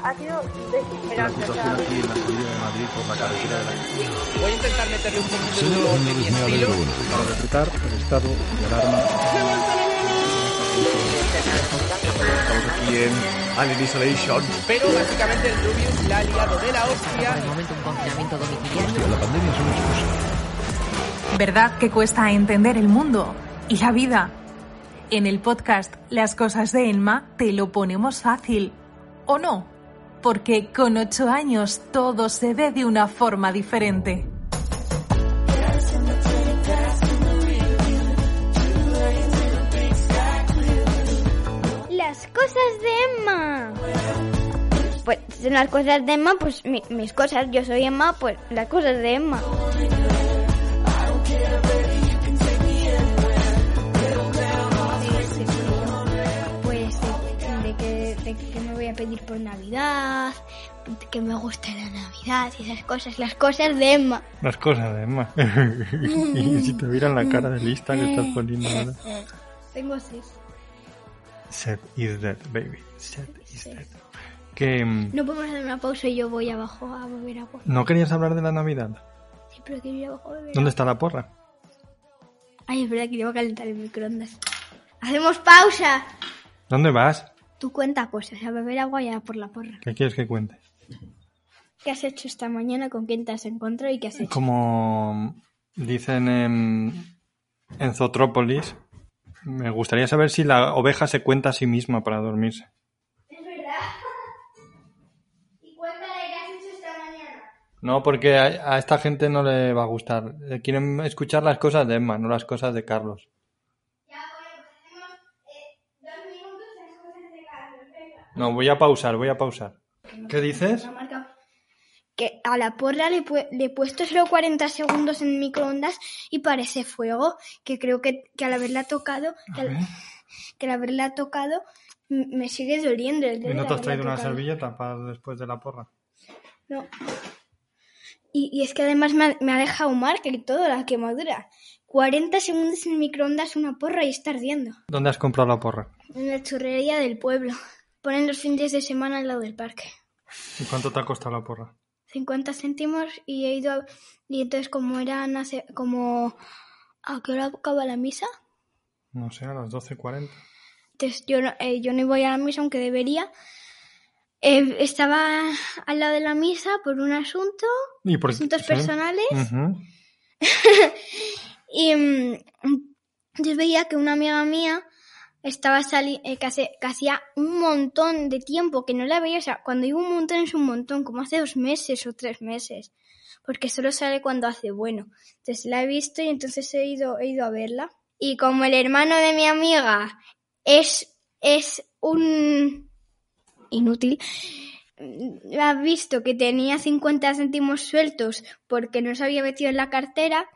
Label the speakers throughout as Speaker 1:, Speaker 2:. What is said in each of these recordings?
Speaker 1: ha sido desesperante. o sea,
Speaker 2: Voy a intentar meterle un poquito de
Speaker 3: Señoras y
Speaker 2: humor de mi
Speaker 3: señores, me
Speaker 2: estilo.
Speaker 3: alegro. buenos días.
Speaker 4: para decretar el estado de alarma.
Speaker 5: Estamos aquí en Alien Isolation.
Speaker 2: Pero básicamente el Rubius la ha liado de la hostia.
Speaker 6: Por el momento un confinamiento domiciliario.
Speaker 3: La pandemia es una excusa.
Speaker 1: ¿Verdad que cuesta entender el mundo y la vida? En el podcast Las cosas de Elma te lo ponemos fácil, ¿o no? Porque con ocho años todo se ve de una forma diferente.
Speaker 7: Las cosas de Emma. Pues en las cosas de Emma, pues mi- mis cosas, yo soy Emma, pues las cosas de Emma. Pues de, que, me voy a pedir por Navidad, que me gusta la Navidad y esas cosas, las cosas de Emma.
Speaker 4: Las cosas de Emma. y si te vieran la cara de lista que estás poniendo ahora.
Speaker 7: Tengo seis.
Speaker 4: Set is dead, baby. Set is dead. Que mm,
Speaker 7: No podemos hacer una pausa y yo voy abajo a beber agua.
Speaker 4: no querías hablar de la Navidad.
Speaker 7: Sí, pero quiero ir abajo a beber
Speaker 4: ¿Dónde está la porra?
Speaker 7: Ay, es verdad que a calentar el microondas. ¡Hacemos pausa!
Speaker 4: ¿Dónde vas?
Speaker 7: Tú cuenta cosas, a beber agua y a por la porra.
Speaker 4: ¿Qué quieres que cuente?
Speaker 7: ¿Qué has hecho esta mañana? ¿Con quién te has encontrado y qué has hecho?
Speaker 4: Como dicen en, en Zotrópolis, me gustaría saber si la oveja se cuenta a sí misma para dormirse.
Speaker 7: Es verdad. Y cuéntale qué has hecho esta mañana.
Speaker 4: No, porque a, a esta gente no le va a gustar. Eh, Quieren escuchar las cosas de Emma, no las cosas de Carlos.
Speaker 7: Ya, bueno, pues hacemos dos minutos en cosas de Carlos. Venga.
Speaker 4: No, voy a pausar, voy a pausar. ¿Qué dices?
Speaker 7: Que a la porra le, pu- le he puesto solo 40 segundos en microondas y parece fuego. Que creo que, que al haberla tocado, que al, que al haberla tocado, m- me sigue doliendo. el dedo
Speaker 4: ¿Y no
Speaker 7: de
Speaker 4: te has
Speaker 7: haberla
Speaker 4: traído una
Speaker 7: tocado.
Speaker 4: servilleta para después de la porra?
Speaker 7: No. Y, y es que además me ha, me ha dejado marca y todo la quemadura. 40 segundos en microondas una porra y está ardiendo.
Speaker 4: ¿Dónde has comprado la porra?
Speaker 7: En la churrería del pueblo. Ponen los fines de semana al lado del parque.
Speaker 4: ¿Y cuánto te ha costado la porra?
Speaker 7: 50 céntimos y he ido a- Y entonces como eran hace... como... ¿A qué hora acaba la misa?
Speaker 4: No sé, a las 12.40.
Speaker 7: Entonces yo no, eh, yo no voy a la misa aunque debería. Eh, estaba al lado de la misa por un asunto,
Speaker 4: ¿Y por
Speaker 7: asuntos
Speaker 4: sí.
Speaker 7: personales.
Speaker 4: Ujú.
Speaker 7: Y mm, yo veía que una amiga mía estaba sali eh, que, hace- que hacía un montón de tiempo que no la veía. O sea, cuando digo un montón es un montón, como hace dos meses o tres meses. Porque solo sale cuando hace bueno. Entonces la he visto y entonces he ido, he ido a verla. Y como el hermano de mi amiga es, es un inútil, mm, ha visto que tenía 50 céntimos sueltos porque no se había metido en la cartera,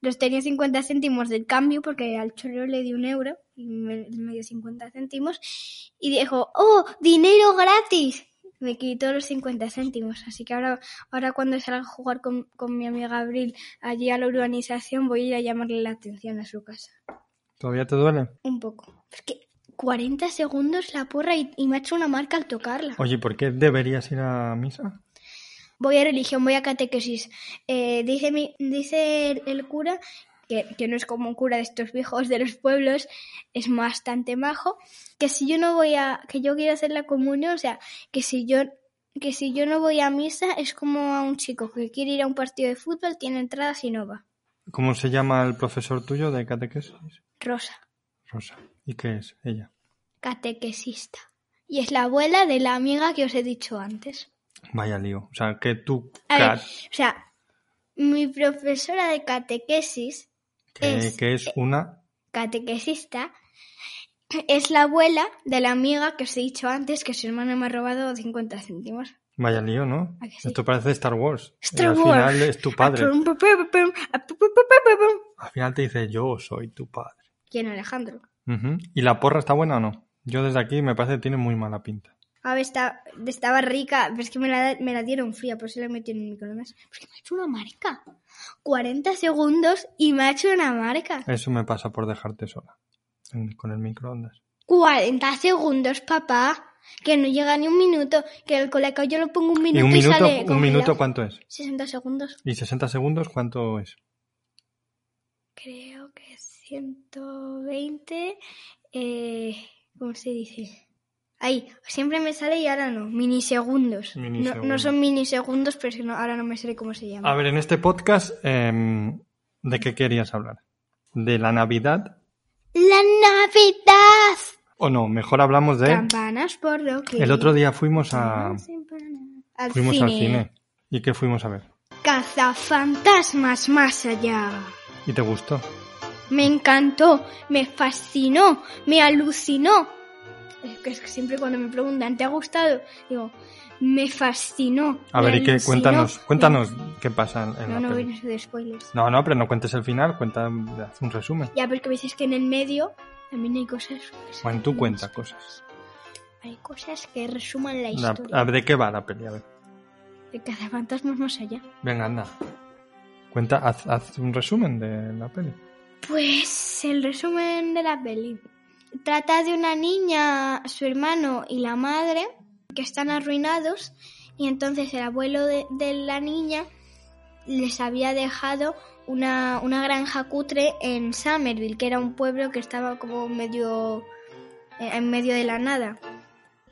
Speaker 7: los tenía 50 céntimos del cambio porque al chorro le di un euro y me, me dio 50 céntimos y dijo, ¡oh, dinero gratis! Me quitó los 50 céntimos, así que ahora, ahora cuando salga a jugar con, con mi amiga Abril allí a la urbanización voy a ir a llamarle la atención a su casa.
Speaker 4: ¿Todavía te duele?
Speaker 7: Un poco. Es que 40 segundos la porra y, y me ha hecho una marca al tocarla.
Speaker 4: Oye, ¿por qué deberías ir a misa?
Speaker 7: voy a religión, voy a catequesis. Eh, dice, mi, dice el, el cura, que, que no es como un cura de estos viejos de los pueblos, es bastante majo, que si yo no voy a, que yo quiero hacer la comunión, o sea, que si yo que si yo no voy a misa es como a un chico que quiere ir a un partido de fútbol, tiene entradas y no va.
Speaker 4: ¿Cómo se llama el profesor tuyo de catequesis?
Speaker 7: Rosa,
Speaker 4: Rosa. ¿Y qué es ella?
Speaker 7: catequesista. Y es la abuela de la amiga que os he dicho antes.
Speaker 4: Vaya lío. O sea, que tú...
Speaker 7: A ver,
Speaker 4: cat-
Speaker 7: o sea, mi profesora de catequesis
Speaker 4: que,
Speaker 7: es-
Speaker 4: que es una...
Speaker 7: catequesista es la abuela de la amiga que os he dicho antes que su hermana me ha robado 50 céntimos.
Speaker 4: Vaya lío, ¿no?
Speaker 7: ¿A que sí?
Speaker 4: Esto parece Star Wars.
Speaker 7: Star
Speaker 4: y al
Speaker 7: Wars.
Speaker 4: final es tu padre.
Speaker 7: Aprum, pum, pum, pum, aprum, pum, pum, pum, pum.
Speaker 4: Al final te dice, yo soy tu padre.
Speaker 7: ¿Quién, Alejandro?
Speaker 4: Ujú. ¿Y la porra está buena o no? Yo desde aquí me parece que tiene muy mala pinta.
Speaker 7: A ver, Ah, está- estaba rica, pero es que me la, me la dieron fría, por eso la metí en el microondas. Porque me ha hecho una marca. 40 segundos y me ha hecho una marca.
Speaker 4: Eso me pasa por dejarte sola en- con el microondas.
Speaker 7: 40 segundos, papá. Que no llega ni un minuto. Que el colacao yo lo pongo un minuto
Speaker 4: ¿Y
Speaker 7: y,
Speaker 4: un minuto,
Speaker 7: sale
Speaker 4: un
Speaker 7: congelado.
Speaker 4: minuto cuánto es?
Speaker 7: 60 segundos.
Speaker 4: ¿Y 60 segundos cuánto es?
Speaker 7: Creo que 120. eh, ¿Cómo se dice? Ahí, siempre me sale y ahora no. Minisegundos. No- No,
Speaker 4: Minisegundos.
Speaker 7: son minisegundos, pero es que no- ahora no me sale cómo se llama.
Speaker 4: A ver, en este podcast, em, ¿de qué querías hablar? ¿De la Navidad?
Speaker 7: ¡La Navidad!
Speaker 4: O no, mejor hablamos de...
Speaker 7: Campanas por lo que.
Speaker 4: El otro día fuimos a...
Speaker 7: Campanas en Paraná. Ah, Al
Speaker 4: Fuimos
Speaker 7: cine.
Speaker 4: al cine. ¿Y qué fuimos a ver?
Speaker 7: Cazafantasmas más allá.
Speaker 4: ¿Y te gustó?
Speaker 7: Me encantó, me fascinó, me alucinó. Es que, es que siempre cuando me preguntan, ¿te ha gustado? Digo, me fascinó.
Speaker 4: A
Speaker 7: me
Speaker 4: ver, ¿y qué?
Speaker 7: alucinó.
Speaker 4: Cuéntanos, cuéntanos qué pasa en, en la
Speaker 7: No, no voy
Speaker 4: peli.
Speaker 7: a hacer spoilers.
Speaker 4: No, no, pero no cuentes el final, cuenta haz un resumen.
Speaker 7: Ya, porque veces que en el medio también hay cosas. que se
Speaker 4: Bueno, tú
Speaker 7: resumen.
Speaker 4: cuenta cosas.
Speaker 7: Hay cosas que resuman la
Speaker 4: La-
Speaker 7: historia.
Speaker 4: a ver, ¿De qué va la peli? A ver.
Speaker 7: De cazafantasmas más allá.
Speaker 4: Venga, anda. Cuenta, haz, haz un resumen de la peli.
Speaker 7: Pues el resumen de la peli. Trata de una niña, su hermano y la madre que están arruinados y entonces el abuelo de, de la niña les había dejado una, una granja cutre en Somerville, que era un pueblo que estaba como medio eh, en medio de la nada.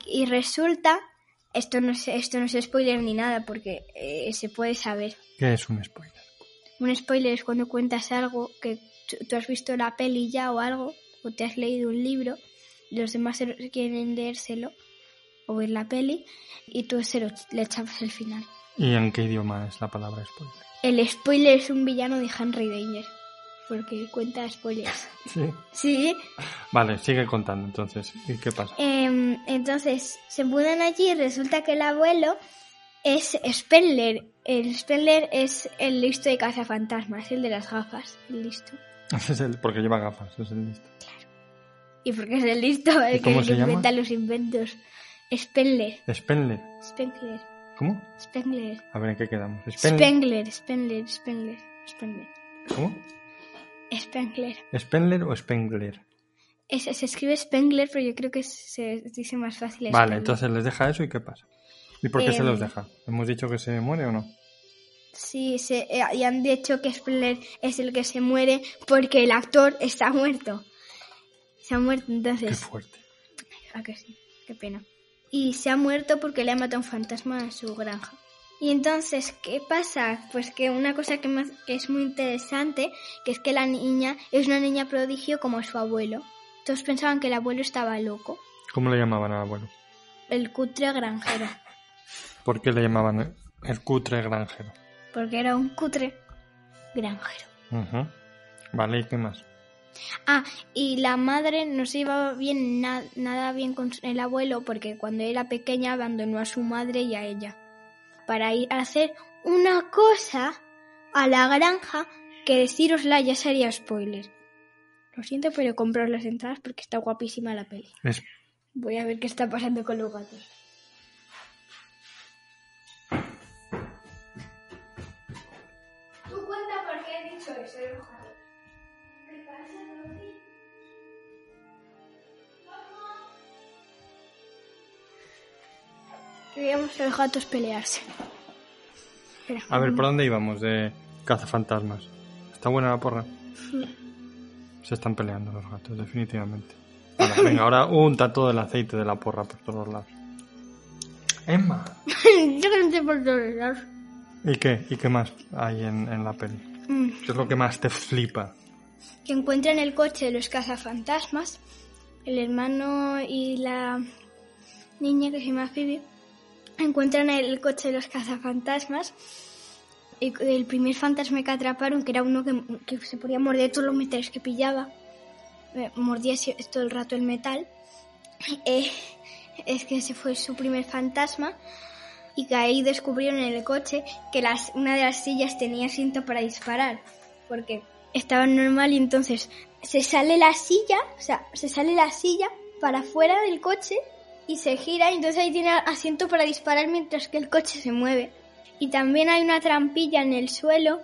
Speaker 7: Y resulta, esto no es, esto no es spoiler ni nada porque eh, se puede saber.
Speaker 4: ¿Qué es un spoiler?
Speaker 7: Un spoiler es cuando cuentas algo que tú, tú has visto la peli ya o algo, o te has leído un libro, y los demás se lo- quieren leérselo o ver la peli, y tú se lo, le echabas el final.
Speaker 4: ¿Y en qué idioma es la palabra spoiler?
Speaker 7: El spoiler es un villano de Henry Danger, porque cuenta spoilers.
Speaker 4: Sí.
Speaker 7: sí,
Speaker 4: Vale, sigue contando entonces. ¿Y qué pasa?
Speaker 7: Em, entonces se mudan allí y resulta que el abuelo es Spengler. El Spengler es el listo de cazafantasmas, el de las gafas, el listo.
Speaker 4: Ese es el, porque lleva gafas, es el listo.
Speaker 7: Y porque es el listo, el que,
Speaker 4: cómo
Speaker 7: el
Speaker 4: se
Speaker 7: que
Speaker 4: llama?
Speaker 7: inventa los inventos. Spengler.
Speaker 4: Spengler.
Speaker 7: Spengler.
Speaker 4: ¿Cómo?
Speaker 7: Spengler.
Speaker 4: A ver, ¿en qué quedamos? Spengler.
Speaker 7: Spengler. Spengler. Spengler. Spengler.
Speaker 4: ¿Cómo?
Speaker 7: Spengler.
Speaker 4: ¿Spengler o Spengler?
Speaker 7: Es- se escribe Spengler, pero yo creo que se dice más fácil.
Speaker 4: Vale,
Speaker 7: Spengler.
Speaker 4: entonces les deja eso y qué pasa. ¿Y por qué se
Speaker 7: Em,
Speaker 4: los deja? ¿Hemos dicho que se muere o no?
Speaker 7: Sí, se, eh, y han dicho que Spengler es el que se muere porque el actor está muerto. Se ha muerto,
Speaker 4: Qué
Speaker 7: entonces.
Speaker 4: fuerte.
Speaker 7: Ah, que sí, qué pena. Y se ha muerto porque le ha matado un fantasma en su granja. Y entonces, ¿qué pasa? Pues que una cosa que, más, que es muy interesante, que es que la niña es una niña prodigio como su abuelo. Todos pensaban que el abuelo estaba loco,
Speaker 4: ¿Cómo le llamaban al abuelo?
Speaker 7: el cutre granjero,
Speaker 4: ¿Por qué le llamaban el cutre granjero?
Speaker 7: porque era un cutre granjero.
Speaker 4: Ujú. Vale, ¿y qué más?
Speaker 7: Ah, y la madre no se llevaba bien na- nada bien con su- el abuelo porque cuando era pequeña abandonó a su madre y a ella para ir a hacer una cosa a la granja que decirosla ya sería spoiler. Lo siento, pero comprar las entradas porque está guapísima la peli.
Speaker 4: Es-
Speaker 7: Voy a ver qué está pasando con los gatos. Tú cuenta por qué he dicho eso, Queríamos a los gatos pelearse. Espera.
Speaker 4: A ver, ¿por dónde íbamos de cazafantasmas? ¿Está buena la porra? Se están peleando los gatos, definitivamente. Ahora, venga, ahora un tato del aceite de la porra por todos lados. Emma.
Speaker 7: Yo creo que por todos lados.
Speaker 4: ¿Y qué? ¿Y qué más hay en, en la peli?
Speaker 7: Mm,
Speaker 4: ¿Qué es lo que más te flipa?
Speaker 7: Que encuentran el coche de los cazafantasmas. El hermano y la niña que se llama Phoebe encuentran el coche de los cazafantasmas. Y el primer fantasma que atraparon, que era uno que, que se podía morder todos los metales que pillaba, eh, mordía ese- todo el rato el metal, eh, es que ese fue su primer fantasma y que ahí descubrieron en el coche que las, una de las sillas tenía cinta para disparar, porque estaba normal y entonces se sale la silla, o sea, se sale la silla para afuera del coche y se gira y entonces ahí tiene asiento para disparar mientras que el coche se mueve. Y también hay una trampilla en el suelo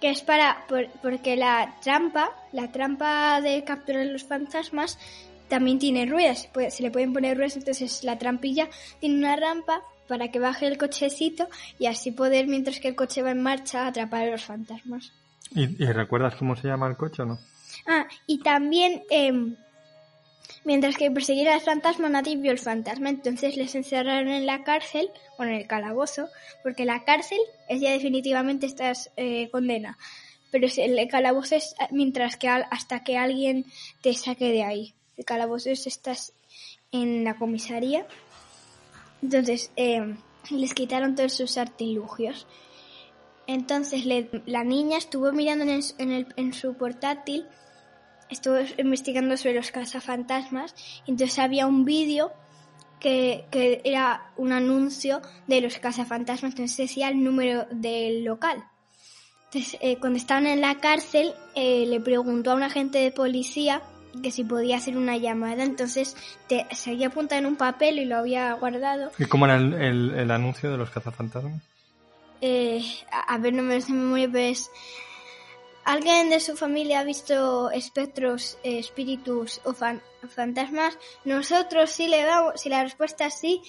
Speaker 7: que es para por- porque la trampa, la trampa de capturar los fantasmas también tiene ruedas, se, puede- se le pueden poner ruedas, entonces la trampilla tiene una rampa para que baje el cochecito y así poder mientras que el coche va en marcha atrapar a los fantasmas.
Speaker 4: ¿Y, y recuerdas cómo se llama el coche o no?
Speaker 7: Ah, y también em, mientras que perseguían al fantasma, nadie vio el fantasma, entonces les encerraron en la cárcel o en el calabozo, porque la cárcel es ya definitivamente esta eh, condena, pero es- el calabozo es ah, mientras que al- hasta que alguien te saque de ahí. El calabozo es estás en la comisaría, entonces em, les quitaron todos sus artilugios. Entonces le- la niña estuvo mirando en, el- en el- en su portátil, estuvo investigando sobre los cazafantasmas, y entonces había un vídeo que, que era un anuncio de los cazafantasmas, entonces decía el número del local. Entonces, eh, cuando estaban en la cárcel, eh, le preguntó a un agente de policía que si podía hacer una llamada, entonces te- se había apuntado en un papel y lo había guardado
Speaker 4: ¿Y cómo era el, el- el anuncio de los cazafantasmas?
Speaker 7: Eh, a a ver, no me lo sé de memoria, pero es... ¿Alguien de su familia ha visto espectros, eh, espíritus o fan- fantasmas? Nosotros sí le damos, si la respuesta es sí,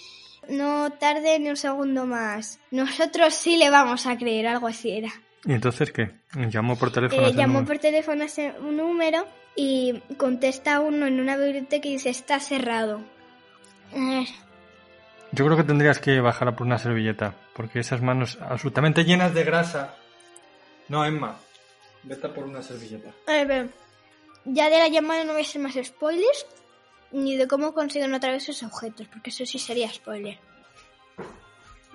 Speaker 7: no tarde ni un segundo más. Nosotros sí le vamos a creer, algo así era.
Speaker 4: ¿Y entonces qué? ¿Llamó por
Speaker 7: Eh,
Speaker 4: teléfono? a ese
Speaker 7: llamó
Speaker 4: número?
Speaker 7: por teléfono a ese- un número y contesta uno en una biblioteca y dice, está cerrado. Eh, A ver,
Speaker 4: Yo creo que tendrías que bajar a por una servilleta, porque esas manos absolutamente llenas de grasa. No, Emma, vete a por una servilleta.
Speaker 7: A ver, ya de la llamada no voy a hacer más spoilers ni de cómo consiguen otra vez sus objetos, porque eso sí sería spoiler.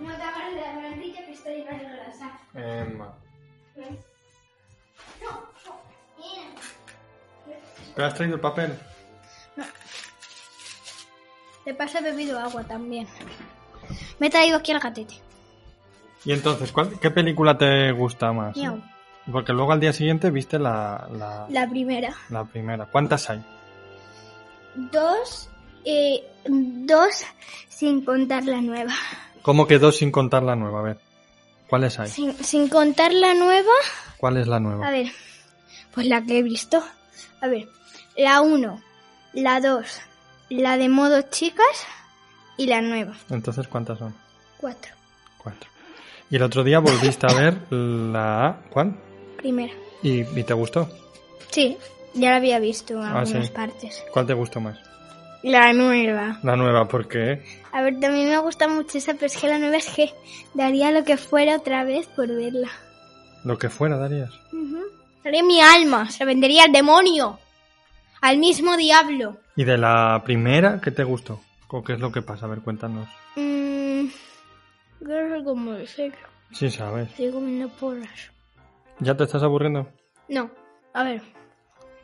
Speaker 7: No te hagas de la plantilla que está llena de grasa.
Speaker 4: Emma. ¿Pero has traído el papel?
Speaker 7: De paso he bebido agua también. Me he traído aquí el gatete.
Speaker 4: Y entonces, ¿cuál- ¿qué película te gusta más?
Speaker 7: Miau.
Speaker 4: Porque luego al día siguiente viste la, la,
Speaker 7: La primera.
Speaker 4: la primera. ¿Cuántas hay?
Speaker 7: Dos, eh, dos sin contar la nueva.
Speaker 4: ¿Cómo quedó sin contar la nueva? A ver. ¿Cuáles hay?
Speaker 7: Sin, sin contar la nueva,
Speaker 4: ¿Cuál es la
Speaker 7: A
Speaker 4: nueva?
Speaker 7: ver, pues la que he visto. A ver, la 1, la 2, la de modo chicas y la nueva.
Speaker 4: Entonces, ¿cuántas son?
Speaker 7: 4,
Speaker 4: Cuatro. Y el otro día volviste a ver la... ¿Cuál?
Speaker 7: primera.
Speaker 4: ¿Y, y te gustó?
Speaker 7: Sí, ya la había visto en
Speaker 4: Ah,
Speaker 7: algunas
Speaker 4: sí.
Speaker 7: partes.
Speaker 4: ¿Cuál te gustó más?
Speaker 7: La nueva.
Speaker 4: La nueva, porque
Speaker 7: A ver, también me gusta mucho esa, pero es que la nueva es que daría lo que fuera otra vez por verla.
Speaker 4: lo que fuera darías.
Speaker 7: Ujú. Daría mi alma, se vendería al demonio, al mismo diablo.
Speaker 4: ¿Y de la primera qué te gustó? ¿O qué es lo que pasa? A ver, cuéntanos.
Speaker 7: Mmm. No sé cómo decirlo.
Speaker 4: Sí, sabes.
Speaker 7: Estoy comiendo porras.
Speaker 4: ¿Ya te estás aburriendo?
Speaker 7: No, a ver.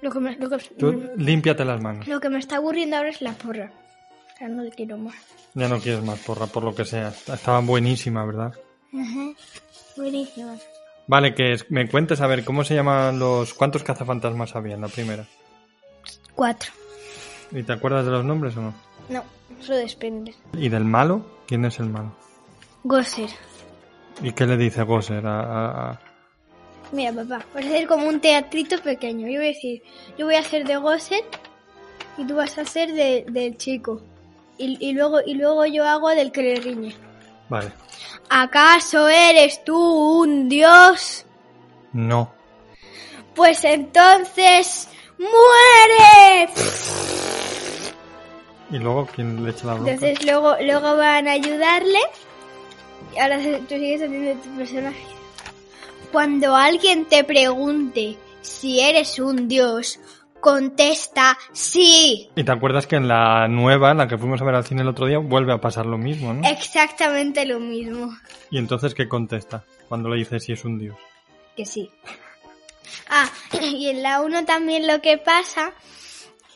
Speaker 7: Lo que me, lo que-
Speaker 4: Tú límpiate las manos.
Speaker 7: lo que me está aburriendo ahora es la porra. O sea, no le quiero más.
Speaker 4: Ya no quieres más porra, por lo que sea. Estaba buenísima, ¿verdad?
Speaker 7: Ajá. Buenísimo.
Speaker 4: Vale, que es- me cuentes, a ver, ¿cómo se llaman los... ¿Cuántos cazafantasmas había en la primera?
Speaker 7: Cuatro.
Speaker 4: ¿Y te acuerdas de los nombres o no?
Speaker 7: No, eso depende.
Speaker 4: ¿Y del malo? ¿Quién es el malo?
Speaker 7: Gosser.
Speaker 4: ¿Y qué le dice Gosser a- a- a,
Speaker 7: Mira, papá, vas a hacer como un teatrito pequeño. Yo voy a decir, yo voy a ser de Gosser y tú vas a ser de- del chico. Y, y luego, y luego yo hago del que le riñe.
Speaker 4: Vale.
Speaker 7: ¿Acaso eres tú un dios?
Speaker 4: No.
Speaker 7: Pues entonces muere.
Speaker 4: ¿Y luego quién le echa la bronca?
Speaker 7: Entonces luego luego van a ayudarle. Y ahora se- tú sigues haciendo tu personaje. Cuando alguien te pregunte si eres un dios, contesta sí.
Speaker 4: Y te acuerdas que en la nueva, en la que fuimos a ver al cine el otro día, vuelve a pasar lo mismo, ¿no?
Speaker 7: Eh. Exactamente lo mismo
Speaker 4: Y entonces, ¿qué contesta cuando le dices si es un dios?
Speaker 7: que sí. Ah, y en la 1 también lo que pasa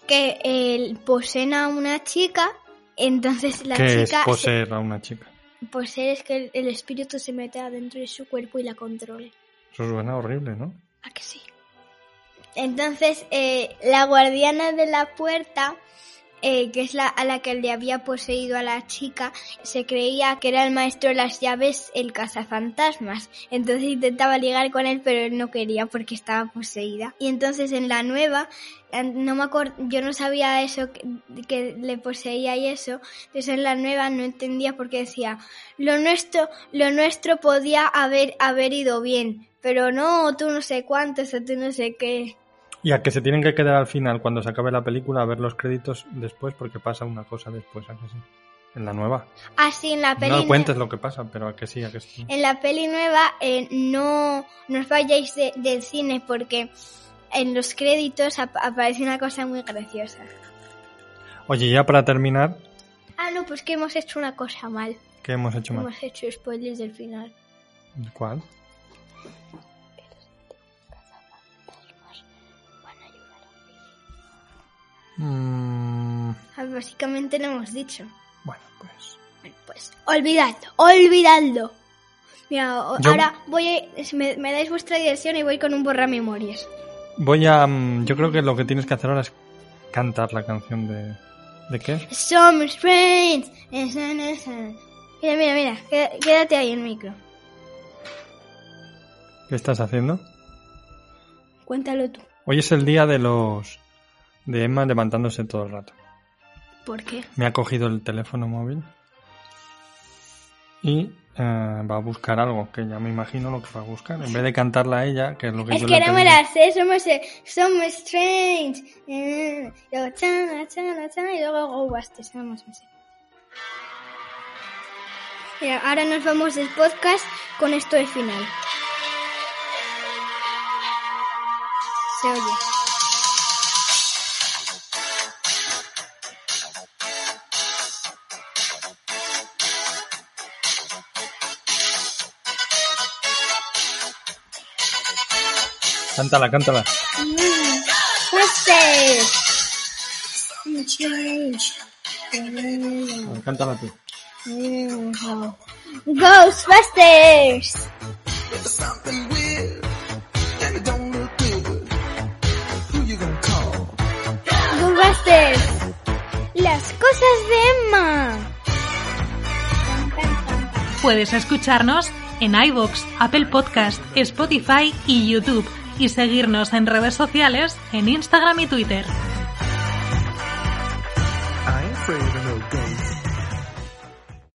Speaker 7: que eh, poseen a una chica, entonces la
Speaker 4: ¿Qué es
Speaker 7: chica... se-
Speaker 4: poseer a una chica?
Speaker 7: poseer es que el, el espíritu se mete adentro de su cuerpo y la controle.
Speaker 4: Eso suena horrible, ¿no?
Speaker 7: ¿A que sí? Entonces, eh, la guardiana de la puerta, eh, que es la a la que le había poseído a la chica, se creía que era el maestro de las llaves, el cazafantasmas. Entonces intentaba ligar con él, pero él no quería porque estaba poseída. Y entonces en la nueva, eh, no me acuerdo, yo no sabía eso, que, que le poseía y eso. Entonces en la nueva no entendía por qué decía, lo nuestro, lo nuestro podía haber, haber ido bien, pero no, tú no sé cuántos o tú no sé qué.
Speaker 4: Y a que se tienen que quedar al final, cuando se acabe la película, a ver los créditos después, porque pasa una cosa después, ¿a que sí? En la nueva.
Speaker 7: Así en la peli. Eh.
Speaker 4: No
Speaker 7: nue-
Speaker 4: cuentes lo que pasa, pero a que sí, a que sí.
Speaker 7: En la peli nueva eh, no, no os vayáis de- del cine porque en los créditos ap- aparece una cosa muy graciosa.
Speaker 4: Oye, ya para terminar,
Speaker 7: Ah, no, pues que hemos hecho una cosa mal.
Speaker 4: ¿qué hemos hecho más?
Speaker 7: Hemos hecho spoilers del final.
Speaker 4: ¿Cuál? Mm,
Speaker 7: Ah, Básicamente lo hemos dicho.
Speaker 4: bueno, pues.
Speaker 7: Bueno, pues olvidadlo, olvidadlo. Mira, o-
Speaker 4: Yo-
Speaker 7: ahora voy a- si me, me dais vuestra dirección y voy con un borramemorias.
Speaker 4: Voy a. mm, Yo creo que lo que tienes que hacer ahora es cantar la canción de. ¿De qué?
Speaker 7: Some friends. esa, esa. Mira, mira, mira, queda- quédate ahí en el micro.
Speaker 4: ¿Qué estás haciendo?
Speaker 7: Cuéntalo tú.
Speaker 4: Hoy es el día de los. de Emma levantándose todo el rato.
Speaker 7: ¿Por qué?
Speaker 4: Me ha cogido el teléfono móvil. Y eh, va a buscar algo, que ya me imagino lo que va a buscar. En vez de cantarla a ella, que es lo que
Speaker 7: Es
Speaker 4: yo
Speaker 7: que
Speaker 4: le
Speaker 7: no me
Speaker 4: pedí.
Speaker 7: la sé, somos, eh, somos strange. Eh, luego, chana, chana, chana, y luego go busters, no más me sé. Mira, ahora nos vamos del podcast con esto de final. Se oye.
Speaker 4: Cántala, cántala.
Speaker 7: Mm, busters. Mm, strange. Mm.
Speaker 4: Cántala tú.
Speaker 7: Ghostbusters. Ghostbusters. Las cosas de Emma.
Speaker 1: Puedes escucharnos en iVoox, Apple Podcast, Spotify y YouTube y seguirnos en redes sociales en Instagram y Twitter.
Speaker 5: I'm afraid